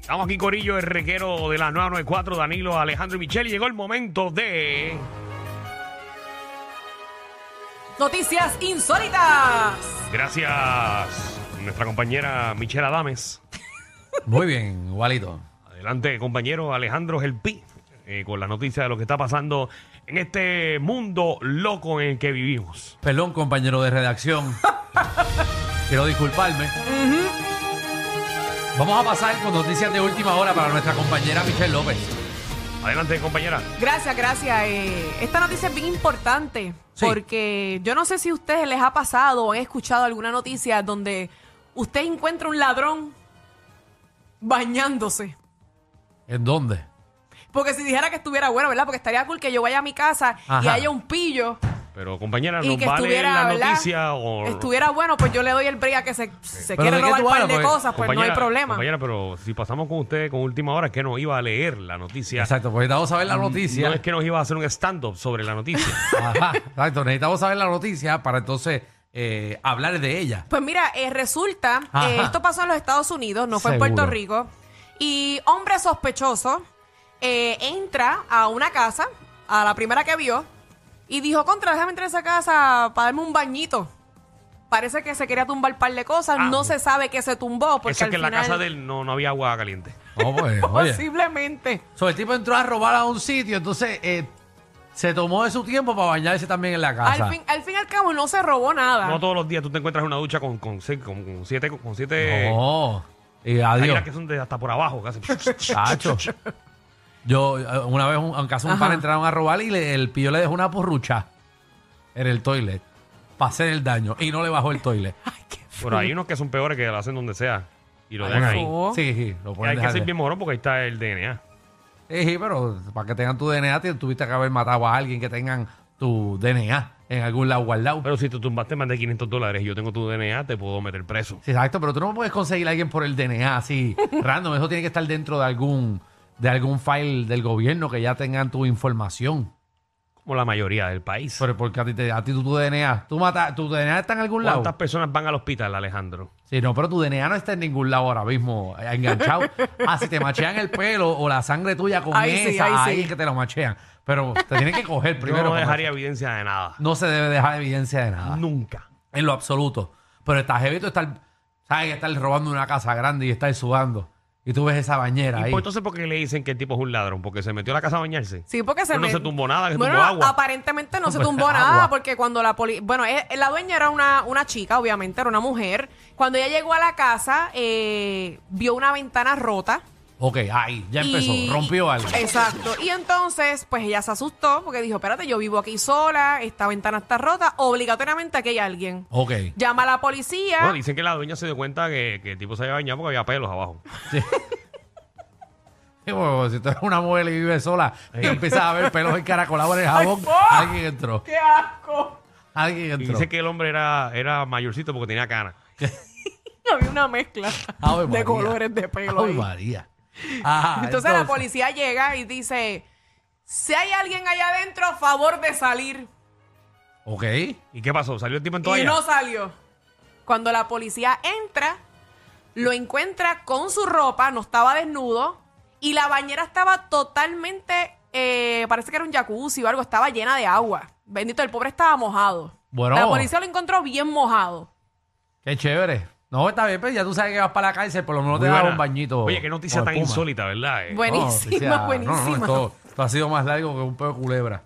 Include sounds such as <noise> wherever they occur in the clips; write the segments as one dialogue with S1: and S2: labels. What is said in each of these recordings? S1: Estamos aquí, Corillo, el reguero de la 994, Danilo, Alejandro y Michelle. Y llegó el momento de.
S2: Noticias insólitas.
S1: Gracias, nuestra compañera Michelle Adames.
S3: Muy bien, igualito.
S1: Adelante, compañero Alejandro Gelpi, eh, con la noticia de lo que está pasando en este mundo loco en el que vivimos.
S3: Perdón, compañero
S1: <laughs>
S3: de redacción. Quiero disculparme. Vamos a pasar con noticias de última hora para nuestra compañera Michelle López.
S1: Adelante, compañera.
S2: Gracias, gracias. eh, esta noticia es bien importante
S3: Sí.
S2: porque yo no sé si a ustedes les ha pasado o han escuchado alguna noticia donde usted encuentra un ladrón bañándose.
S3: ¿En dónde?
S2: Porque si dijera que estuviera bueno, ¿verdad? Porque estaría cool que yo vaya a mi casa y
S3: Ajá.
S2: haya un pillo
S1: Pero, compañera,
S2: y
S1: ¿nos
S2: que
S1: vale
S2: estuviera,
S1: la
S2: ¿verdad?
S1: noticia o.?
S2: Estuviera bueno, pues yo le doy el break a que se, se
S3: Pero
S2: quiere
S3: ¿de qué
S2: robar
S3: tú
S2: un par
S3: hablas?
S2: de
S3: Porque,
S2: cosas, pues no hay
S1: Compañera,
S2: problema.
S1: Compañera, pero si pasamos con usted con última hora, es que no iba a leer la noticia.
S3: Exacto, pues necesitamos saber la noticia.
S1: No es que nos iba a hacer un stand-up sobre la noticia.
S3: Ajá, exacto, necesitamos saber la noticia para entonces eh, hablar de ella.
S2: Pues mira, eh, resulta,
S3: Ajá.
S2: eh, esto pasó en los Estados Unidos, no fue en Puerto
S3: Seguro.
S2: Rico, y hombre sospechoso eh, entra a una casa, a la primera que vio, y dijo, contra, déjame entrar a esa casa para darme un bañito. Parece que se quería tumbar un par de cosas,
S1: Ah.
S2: no se sabe qué se tumbó, porque
S1: Eso
S2: al
S1: es que en la
S2: final,
S1: casa de él no, no había agua caliente.
S3: No,
S1: <laughs>
S3: pues,
S2: <laughs>
S3: oye.
S2: posiblemente...
S3: So, el tipo entró a robar a un sitio, entonces eh, se tomó de su tiempo para bañarse también en la casa.
S2: Al fin, al fin y al cabo no se robó nada.
S1: No todos los días tú te encuentras en una ducha con, con, se- con- con siete... Con siete
S3: No. Oh, Y
S1: Hay
S3: adiós.
S1: unas que son de hasta por abajo.
S3: <laughs>
S1: que hacen-
S3: Chacho. Yo, eh, una vez, un, en casa de un
S2: Ajá.
S3: pan entraron a robar y le- el pillo le dejó una porrucha en el toilet. Pasé el daño y no le bajó el toilet.
S2: <laughs> Ay, qué feo.
S1: Pero hay unos que son peores que lo hacen donde sea y lo
S2: Ay,
S1: dejan
S2: por
S1: ahí.
S2: favor.
S3: Sí, sí, lo
S1: hay
S3: pueden
S1: que
S3: dejar.
S1: ser
S3: de-
S1: bien morón porque ahí está el DNA.
S3: Sí, sí, pero para que tengan tu DNA, te- tuviste que haber matado a alguien que tengan tu DNA en algún lado guardado.
S1: Pero si tú tumbaste más de 500 dólares y yo tengo tu DNA, te puedo meter preso.
S3: Sí, exacto, pero tú no puedes conseguir a alguien por el DNA así random. Eso tiene que estar dentro de algún, de algún file del gobierno que ya tengan tu información.
S1: Como la mayoría del país.
S3: Pero porque a ti, te- a ti tu, tu DNA, tú mata, tu DNA está en algún lado.
S1: ¿Cuántas personas van al hospital, Alejandro?
S3: Sí, no, pero tu DNA no está en ningún lado ahora mismo eh, enganchado. Ah, si te machean el pelo o la sangre tuya con
S2: Ahí sí,
S3: esa,
S2: ahí
S3: ahí,
S2: sí.
S3: es que te lo machean. Pero te tienen que coger
S1: Primero
S3: primero.
S1: no
S3: para-
S1: dejaría evidencia de nada.
S3: no se debe dejar evidencia de nada.
S1: Nunca.
S3: En lo absoluto. Pero está heavy tú estar, sabes que estar robando una casa grande y estar sudando. Y tú ves esa bañera
S1: Y
S3: ahí.
S1: pues entonces, ¿por qué le dicen que el tipo es un ladrón? Porque se metió a la casa a bañarse.
S2: Sí, porque se
S1: Pero no
S2: me-
S1: se tumbó nada, que se
S2: bueno,
S1: tumbó agua.
S2: aparentemente no se
S3: Pues,
S2: tumbó nada,
S3: agua.
S2: porque cuando la poli... Bueno, eh, la dueña era una, una chica, obviamente, era una mujer. Cuando ella llegó a la casa, eh, vio una ventana rota.
S3: Ok, ahí, ya empezó.
S2: y-
S3: Rompió algo.
S2: Exacto. Y entonces, pues ella se asustó, porque dijo, espérate, yo vivo aquí sola, esta ventana está rota, obligatoriamente aquí hay alguien.
S3: Ok.
S2: Llama a la policía.
S1: Bueno, dicen que la dueña se dio cuenta que, que el tipo se había bañado porque había pelos abajo.
S3: Sí. <laughs> Sí, porque si tú eres una mujer y vives sola y empiezas a ver pelos encaracolados en el jabón,
S2: ¡ah!
S3: alguien entró.
S2: ¡Qué asco! <laughs>
S3: Alguien
S1: Y
S3: entró.
S1: dice que el hombre era, era mayorcito porque tenía cana.
S2: Había una mezcla
S3: Ave
S2: de
S3: María.
S2: colores de pelo.
S3: Ay,
S2: ahí.
S3: María. Ajá,
S2: Entonces, la policía llega y dice, si hay alguien allá adentro, favor de salir.
S3: Ok.
S1: ¿Y qué pasó? ¿Salió el tipo en
S2: Y
S1: toalla?
S2: no salió. Cuando la policía entra, lo encuentra con su ropa, no estaba desnudo, y la bañera estaba totalmente, eh, parece que era un jacuzzi o algo, estaba llena de agua. Bendito, el pobre estaba mojado.
S3: Bueno.
S2: La policía lo encontró bien mojado.
S3: Qué chévere. No, está bien, pero ya tú sabes que vas para la cárcel, por lo menos
S1: Muy
S3: te das
S1: buena.
S3: un bañito.
S1: Oye, qué noticia
S3: con
S1: tan
S3: espuma.
S1: insólita, ¿verdad? Eh,
S2: Bueno. Buenísima,
S3: noticia- No, no,
S2: buenísima.
S3: esto, esto ha sido más largo que un pedo de culebra.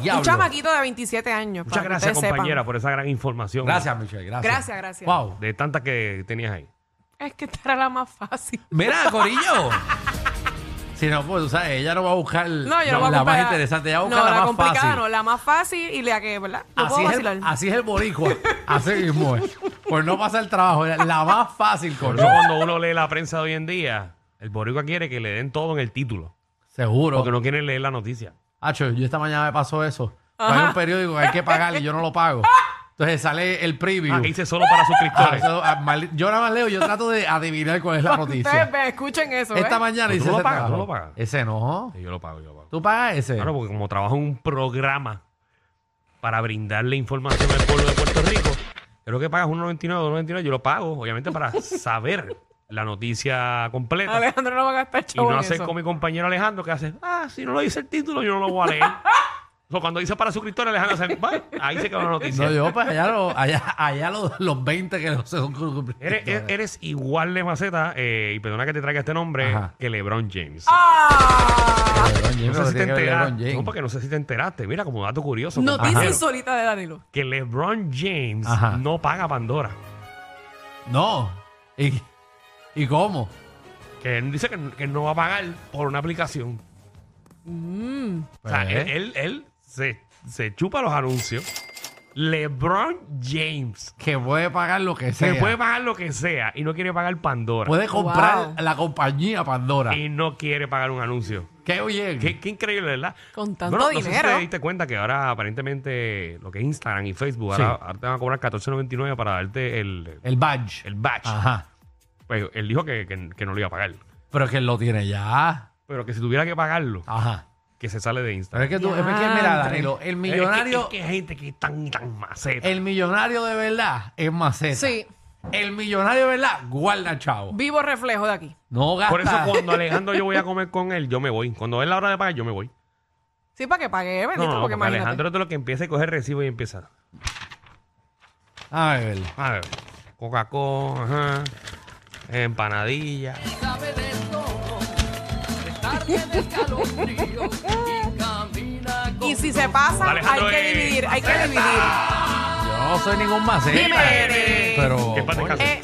S3: Diablo.
S2: Un chamaquito de 27 años.
S1: Muchas
S2: para que
S1: gracias,
S2: ustedes sepan.
S1: compañera, por esa gran información.
S3: Gracias, Michelle, gracias.
S2: Gracias, gracias.
S3: Wow.
S1: De tantas que tenías ahí.
S2: Es que esta era la más fácil.
S3: Mira, Corillo. si no, pues, tú sabes, ella no va a buscar
S2: No, yo no, voy a
S3: la
S2: comprar-
S3: más interesante, ella va a
S2: no,
S3: buscar la, más
S2: complicada
S3: fácil.
S2: no, la más fácil y la que, ¿verdad? No
S3: así,
S2: puedo
S3: es
S2: vacilar.
S3: el, así es el boricua. Así mismo es. Por no pasar el trabajo. era La más fácil,
S1: Por
S3: Corillo.
S1: eso cuando uno lee la prensa de hoy en día, el boricua quiere que le den todo en el título.
S3: Seguro.
S1: Porque no quiere leer la noticia.
S3: Hacho, yo esta mañana me pasó eso. Hay un periódico que hay que pagar y yo no lo pago. Entonces sale el preview.
S1: Ah, que hice solo para
S3: Ah,
S1: suscriptores.
S3: eso, ah, mal- yo nada más leo, yo trato de adivinar cuál es la
S2: <laughs> Ustedes
S3: noticia.
S2: ve, escuchen eso.
S3: Esta
S2: ¿eh?
S3: mañana
S1: Pero tú
S3: hice
S1: lo
S3: ese
S1: pagas, tú
S3: trabajo.
S1: lo pagas.
S3: Ese no.
S1: Sí, Yo lo pago, yo lo pago.
S3: ¿Tú pagas ese?
S1: Claro, porque como trabajo en un programa para brindarle información
S2: <laughs>
S1: al pueblo de Puerto Rico, creo que pagas 1.99, 2.99, yo lo pago, obviamente para saber la noticia completa.
S2: Alejandro no va a gastar
S1: y
S2: chavo
S1: no
S2: en
S1: hacer
S2: eso.
S1: con mi compañero Alejandro que hace, ah, si no lo dice el título, yo no lo voy a
S2: <laughs>
S1: leer. o sea, cuando dice para suscriptores, Alejandro hace, "Bueno, ahí se quedó la noticia.
S3: No, yo, pues allá, lo- allá, allá los, los 20 que no se son
S1: Eres, eres- eres igual de maceta, eh, y perdona que te traiga este nombre,
S3: Ajá.
S1: que LeBron James.
S2: ¡Ah!
S1: No sé si te enteraste. No,
S3: James.
S1: porque no sé si te enteraste. Mira, como dato curioso.
S2: Noticia
S1: compañero,
S2: insólita de Danilo.
S1: Que LeBron James
S3: Ajá.
S1: no paga Pandora.
S3: No. ¿Y, ¿Y cómo?
S1: Que él dice que, que no va a pagar por una aplicación. O sea, eh,
S3: Pues,
S1: él, él, él se, se chupa los anuncios. LeBron James.
S3: que puede pagar lo que
S1: Se
S3: sea.
S1: puede
S3: Puede,
S1: pagar lo que sea y no quiere pagar Pandora.
S3: comprar
S2: Wow.
S3: la compañía Pandora.
S1: Y no quiere pagar un anuncio.
S3: Qué oye.
S1: Qué, qué increíble, ¿verdad?
S2: Con tanto
S1: Bueno, no sé si
S2: dinero.
S1: te diste cuenta que ahora aparentemente lo que es Instagram y Facebook,
S3: Sí.
S1: ahora, ahora te van a cobrar 14.99 para darte el,
S3: El badge.
S1: el batch.
S3: Ajá.
S1: Pues él dijo que, que- que no lo iba a pagar.
S3: Pero es que él lo tiene ya.
S1: Pero que si tuviera que pagarlo,
S3: Ajá.
S1: que se sale de
S3: Pero
S1: Instagram.
S3: es que tú, es que mira,
S2: Diantre.
S3: Danilo, el
S1: Es que-
S3: millonario,
S1: es que hay gente que es tan, tan maceta.
S3: el millonario de verdad es maceta.
S2: Sí,
S3: El millonario de verdad guarda chavo.
S2: vivo reflejo de aquí.
S3: No gasta.
S1: Por eso cuando Alejandro yo voy a comer con él, yo me voy. Cuando es la hora de pagar, yo me voy.
S2: Sí, para que pague,
S1: No,
S2: bendito,
S1: no, no, porque
S2: porque imagínate.
S1: Alejandro es de lo que empieza a coger recibo y empieza.
S3: Ay, Ah, verdad.
S1: A ver, Coca-Cola, ajá, empanadilla.
S4: Déjame de todo, dejarte de escalofrío y camina con
S2: Y si se pasa,
S1: Alejandro
S2: hay que
S1: es-
S2: dividir, hay que dividir.
S3: Yo no soy ningún maceta.
S2: Dime.
S3: Pero.
S1: Que paz descanse.
S2: Eh,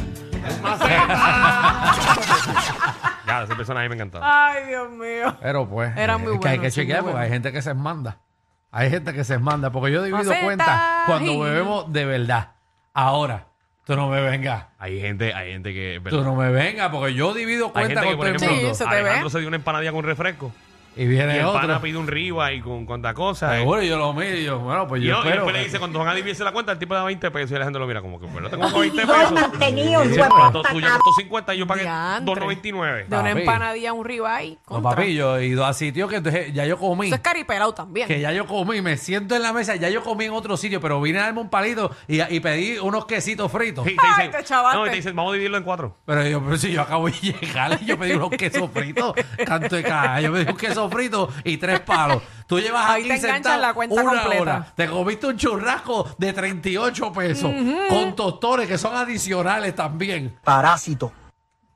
S1: Ya, ese personaje me
S3: Ah.
S1: encantaba.
S2: ay, Dios mío.
S3: Pero pues.
S2: Era
S3: eh,
S2: muy
S3: es que hay
S2: bueno,
S3: que
S2: sí,
S3: chequear
S2: muy
S3: porque hay
S2: bueno.
S3: gente que se manda. Hay gente que se manda. Porque yo divido
S2: Maceta.
S3: cuenta
S2: Sí.
S3: cuando bebemos de verdad. Ahora, tú no me vengas.
S1: Hay gente, hay gente que. es
S3: Tú
S1: verdad.
S3: no me vengas porque yo divido
S1: Hay
S3: cuenta
S1: gente que,
S3: con
S1: por
S3: todo el
S1: ejemplo,
S2: Sí,
S3: mundo.
S2: se te
S1: Alejandro
S2: ve.
S1: se dio una empanadilla con refresco.
S3: Y
S1: Y
S3: viene
S1: el pana
S3: otro.
S1: pide un riba y con cuanta cosa. eh.
S3: Seguro, y yo lo miro y yo, bueno, pues
S1: Y,
S3: yo
S1: no, y
S3: espero.
S1: después le
S3: que-
S1: dice, cuando van a dividirse la cuenta, el tipo le da 20 pesos y Alejandro lo mira como que, bueno, tengo como 20
S5: Yo he
S1: pesos.
S5: mantenido
S1: Y
S5: el
S1: dice,
S5: huevo.
S1: "Pero esto es tuyo, costó 50 y yo pagué
S2: Diantre.
S1: 2.99.
S2: De una
S3: Papi.
S2: empanadilla, un ribeye.
S3: No,
S2: contra.
S3: papi, yo he ido a sitios que entonces ya yo comí.
S2: Eso es caripelado también.
S3: Que ya yo comí, me siento en la mesa, ya yo comí en otro sitio, pero vine a darme un palito y, y pedí unos quesitos fritos.
S1: Y te
S2: Ay, este
S1: dicen-
S2: te chavaste.
S1: no, y te dicen, vamos a dividirlo en cuatro.
S3: Pero yo, pero si yo acabo de llegar y yo pedí unos quesos fritos, tanto de caja. Yo pedí un queso frito y tres palos. Tú llevas
S2: Ahí
S3: aquí
S2: te enganchan
S3: sentado
S2: la cuenta
S3: una
S2: completa.
S3: hora. Te comiste un churrasco de 38 pesos con tostones que son adicionales también.
S6: parásito,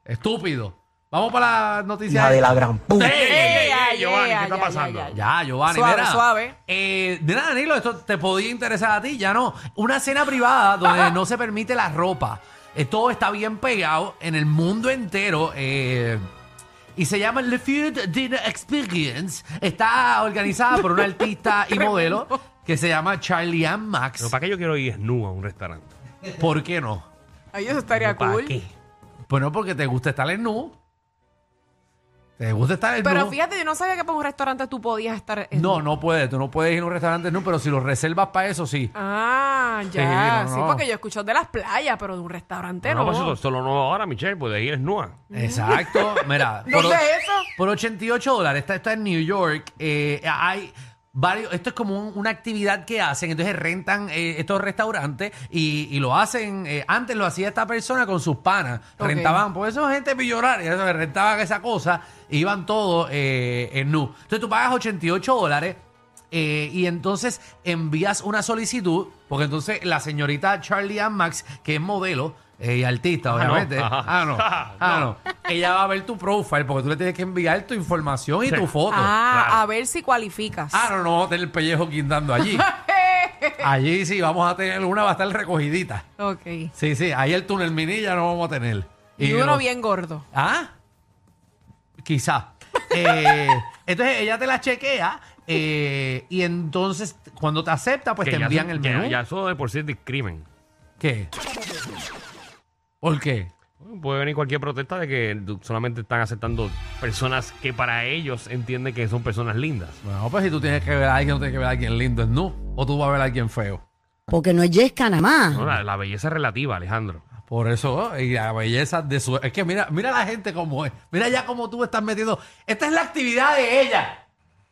S3: Estúpido. Vamos para la noticia.
S6: hija de la gran puta.
S1: Ey, ey,
S2: Ey,
S1: ey,
S2: ey,
S1: Giovanni,
S2: ey,
S1: ¿qué está
S2: ay,
S1: pasando?
S2: ay, ay, ay.
S3: Ya, Giovanni,
S2: Suave,
S3: mira.
S2: suave.
S3: Eh, de nada, Danilo, esto te podía interesar a ti, ya no. Una cena privada
S2: <laughs>
S3: donde no se permite la ropa. Eh, todo está bien pegado en el mundo entero. eh, y se llama Le Food Dinner Experience. Está organizada por
S2: <laughs>
S3: una artista y modelo que se llama Charlie Ann Max.
S1: Pero ¿para qué yo quiero ir desnudo a un restaurante?
S3: ¿Por qué no?
S2: Ay, eso estaría
S1: ¿Para
S2: cool.
S1: qué?
S3: Bueno, porque te gusta estar en nu. Te gusta estar en
S2: Pero
S3: nu.
S2: fíjate, yo no sabía que para un restaurante tú podías estar. en-
S3: No, no puedes. Tú no puedes ir a un restaurante nu, pero si lo reservas para eso, sí.
S2: Ah,
S3: Sí,
S2: ya.
S3: no,
S2: Sí,
S3: no.
S2: porque yo escucho de las playas, pero de un restaurante
S1: No,
S2: no.
S1: pues eso, eso lo no ahora, Michelle, pues de ahí es nua.
S3: Exacto. <laughs> Mira,
S2: ¿Dónde
S3: por,
S2: es eso?
S3: por 88 dólares, está, está en New York, eh, hay varios, esto es como un- una actividad que hacen, entonces rentan eh, estos restaurantes y, y lo hacen, eh, antes lo hacía esta persona con sus panas,
S2: Ok.
S3: rentaban, por eso gente millonaria, eso, que rentaban esa cosa, e iban todos eh, en nu. Entonces tú pagas 88 dólares. eh, y entonces envías una solicitud, porque entonces la señorita Charlie Ann Max, que es modelo eh, y artista,
S1: no.
S3: <laughs> obviamente.
S1: Ajá.
S3: Ah, no. Ah, no. Ella va a ver tu profile porque tú le tienes que enviar tu información y
S1: Sí.
S3: tu foto. Ah,
S2: Ah,
S1: claro. Ah,
S2: a ver si cualificas.
S3: no, no vamos a tener el pellejo guindando
S2: <laughs>
S3: allí. allí sí vamos a tener una, va a estar recogidita.
S2: Ok.
S3: Sí, sí, ahí el túnel minilla no vamos a tener.
S2: Y, uno
S3: no-
S2: bien gordo.
S3: ¿Ah? Quizá. Eh, entonces ella te la chequea eh, y entonces cuando te acepta, pues
S1: Que
S3: te
S1: ya
S3: envían
S1: eso-
S3: el
S1: que
S3: menú.
S1: Ya, eso de por sí es discrimen.
S3: ¿Qué? ¿Por qué?
S1: Puede venir cualquier protesta de que solamente están aceptando personas que para ellos entienden que son personas lindas.
S3: Bueno, pues si tú tienes que ver a alguien, no tienes que ver a alguien lindo, es no. O tú vas a ver a alguien feo.
S5: Porque no es yesca nada
S3: Ah.
S5: más.
S1: No, la, la belleza es relativa, Alejandro.
S3: Por eso, y la belleza de su... Es que mira, mira la gente como es. Mira ya cómo tú estás metiendo. Esta es la actividad de ella.
S1: <laughs>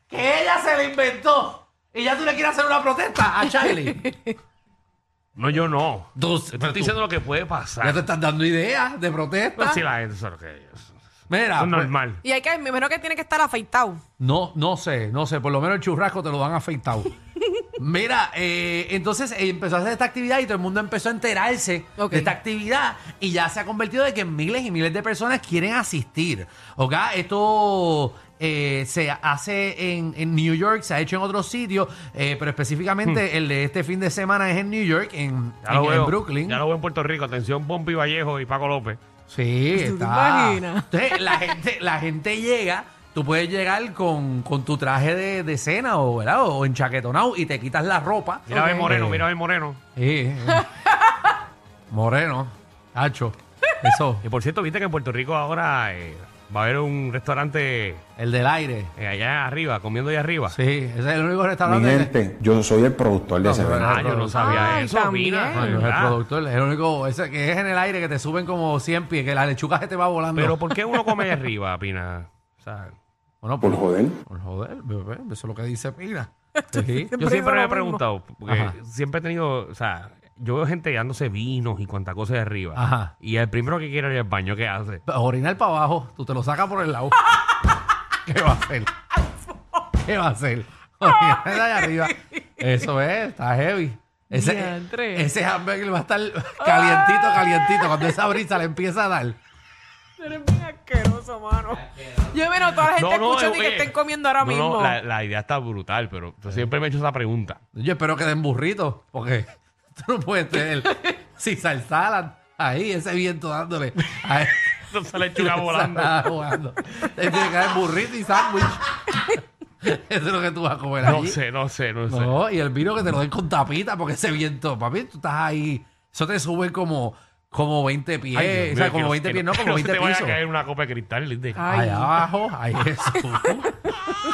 S3: Que ella se la inventó. Y ya tú le quieres hacer una protesta a Charlie.
S1: No, yo no.
S3: Dos-
S1: Te
S3: pero
S1: estoy
S3: tú-
S1: diciendo lo que puede
S3: Ya
S1: pasar.
S3: te están dando ideas de protesta.
S1: Pues sí, la gente sabe lo que es.
S3: Mira,
S1: es
S3: pues,
S1: normal.
S2: Y hay que, me imagino que tiene que estar afeitado.
S3: no, no sé, no sé. Por lo menos el churrasco te lo
S1: <laughs>
S3: dan afeitado. Mira, eh, entonces eh, empezó a hacer esta actividad y todo el mundo empezó a enterarse
S2: Ok.
S3: de esta actividad y ya se ha convertido de que miles y miles de personas quieren asistir. ¿Ok? Esto eh, se hace en, en New York, se ha hecho en otros sitios, eh, pero específicamente el de este fin de semana es en New York, en,
S1: Hmm. Ya lo
S3: en- en
S1: veo.
S3: Brooklyn.
S1: Ya lo veo en Puerto Rico. Atención, Pompi Vallejo y Paco López.
S3: Sí,
S2: Pues ¿Tú te
S3: está.
S2: imaginas?
S3: Entonces, la gente, la gente llega, tú puedes llegar con, con tu traje de, de cena o, ¿verdad? o enchaquetonado y te quitas la ropa.
S1: Mira a ver
S3: Eh,
S1: Moreno, mira a ver Moreno.
S3: sí,
S2: <laughs>
S3: sí. Moreno, Hacho, eso,
S1: Y por cierto, viste que en Puerto Rico ahora eh, va a haber un restaurante
S3: el del aire.
S1: eh, allá arriba, comiendo allá arriba.
S3: Sí, ese es el único
S6: Mi
S3: restaurante.
S6: gente, yo soy el productor de
S3: No,
S6: ese
S3: pero-
S6: evento.
S1: Ah, yo no sabía
S2: Ay,
S1: eso,
S2: también.
S1: mira.
S3: No,
S1: de
S3: no es el
S1: verdad.
S3: productor, es el único ese que es en el aire que te suben como 100 pies, que la lechuga se te va volando.
S1: Pero ¿por qué uno come de arriba, Pina? O sea,
S3: bueno,
S6: Por joder.
S3: Por joder, bebé, eso es lo que dice
S2: <laughs>
S3: Pina. Sí.
S1: yo
S2: Siempre
S1: siempre
S2: digo
S1: me
S2: lo
S1: he preguntado, porque
S3: Ajá.
S1: siempre he tenido, o sea, yo veo gente dándose vinos y cuanta cosa de arriba.
S3: Ajá.
S1: Y el primero que quiere ir al baño, ¿qué hace?
S3: orinar para abajo, tú te lo sacas por el lado.
S1: <laughs>
S3: ¿Qué va a hacer? ¿Qué va a hacer? Orinar de allá arriba. Eso es, está heavy. Ese,
S2: Diantre.
S3: ese hamburger va a estar calientito, calientito. Cuando esa brisa le empieza a dar.
S2: Eres bien asqueroso, mano. Yo menos toda la gente escuchando y que
S1: oye,
S2: estén comiendo ahora
S1: eh, no, no,
S2: mismo.
S1: la, la idea está brutal, pero yo siempre me he hecho esa pregunta.
S3: Yo espero que den burritos, porque tú no puedes tener. Si salsalan ahí, ese viento dándole. Ahí,
S1: Eso sale lechuga volando.
S3: ensalada volando. Te tiene que dar burrito y sándwich. Eso es lo que tú vas a comer
S1: No
S3: allí.
S1: sé, no sé, no sé.
S3: No, y el vino que te lo den con tapita, porque ese viento, papi, tú estás ahí. Eso te sube como, como 20 pies.
S1: Ay, Dios
S3: Eh, o
S1: mío,
S3: sea,
S1: que
S3: como
S1: no-
S3: 20
S1: que <laughs>
S3: pies, Ah.
S1: no-
S3: no,
S1: que
S3: como 20
S1: se te vaya
S3: pisos.
S1: a caer una copa de cristal, Lindy.
S2: Ay.
S3: Allá abajo,
S1: <laughs>
S3: ahí eso.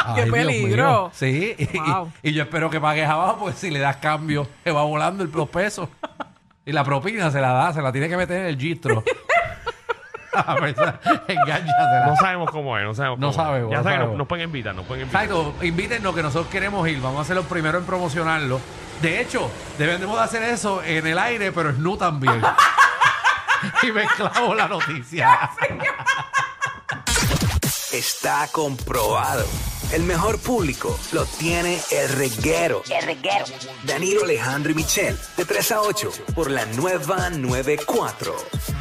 S3: Ay, Dios
S2: peligro.
S3: mío. Sí, y-
S2: Wow.
S3: y, y yo espero que pagues abajo, porque si le das cambio, te va volando el los pesos. Y la propina se la da, se la tiene que meter en el gistro. <laughs> A ver, engánchatela.
S1: No sabemos cómo es, no sabemos
S3: No
S1: cómo es.
S3: sabemos,
S1: Ya
S3: no
S1: saben,
S3: sabemos.
S1: Nos, nos pueden invitar, nos pueden invitar.
S3: Exacto, invítennos que nosotros queremos ir. Vamos a ser los primeros en promocionarlo. De hecho, debemos de hacer eso en el aire, pero en nu también. <laughs> y mezclamos la noticia.
S7: Está comprobado. El mejor público lo tiene el reguero. El reguero. Danilo Alejandro y Michel, de 3 a 8, por la nueva 94.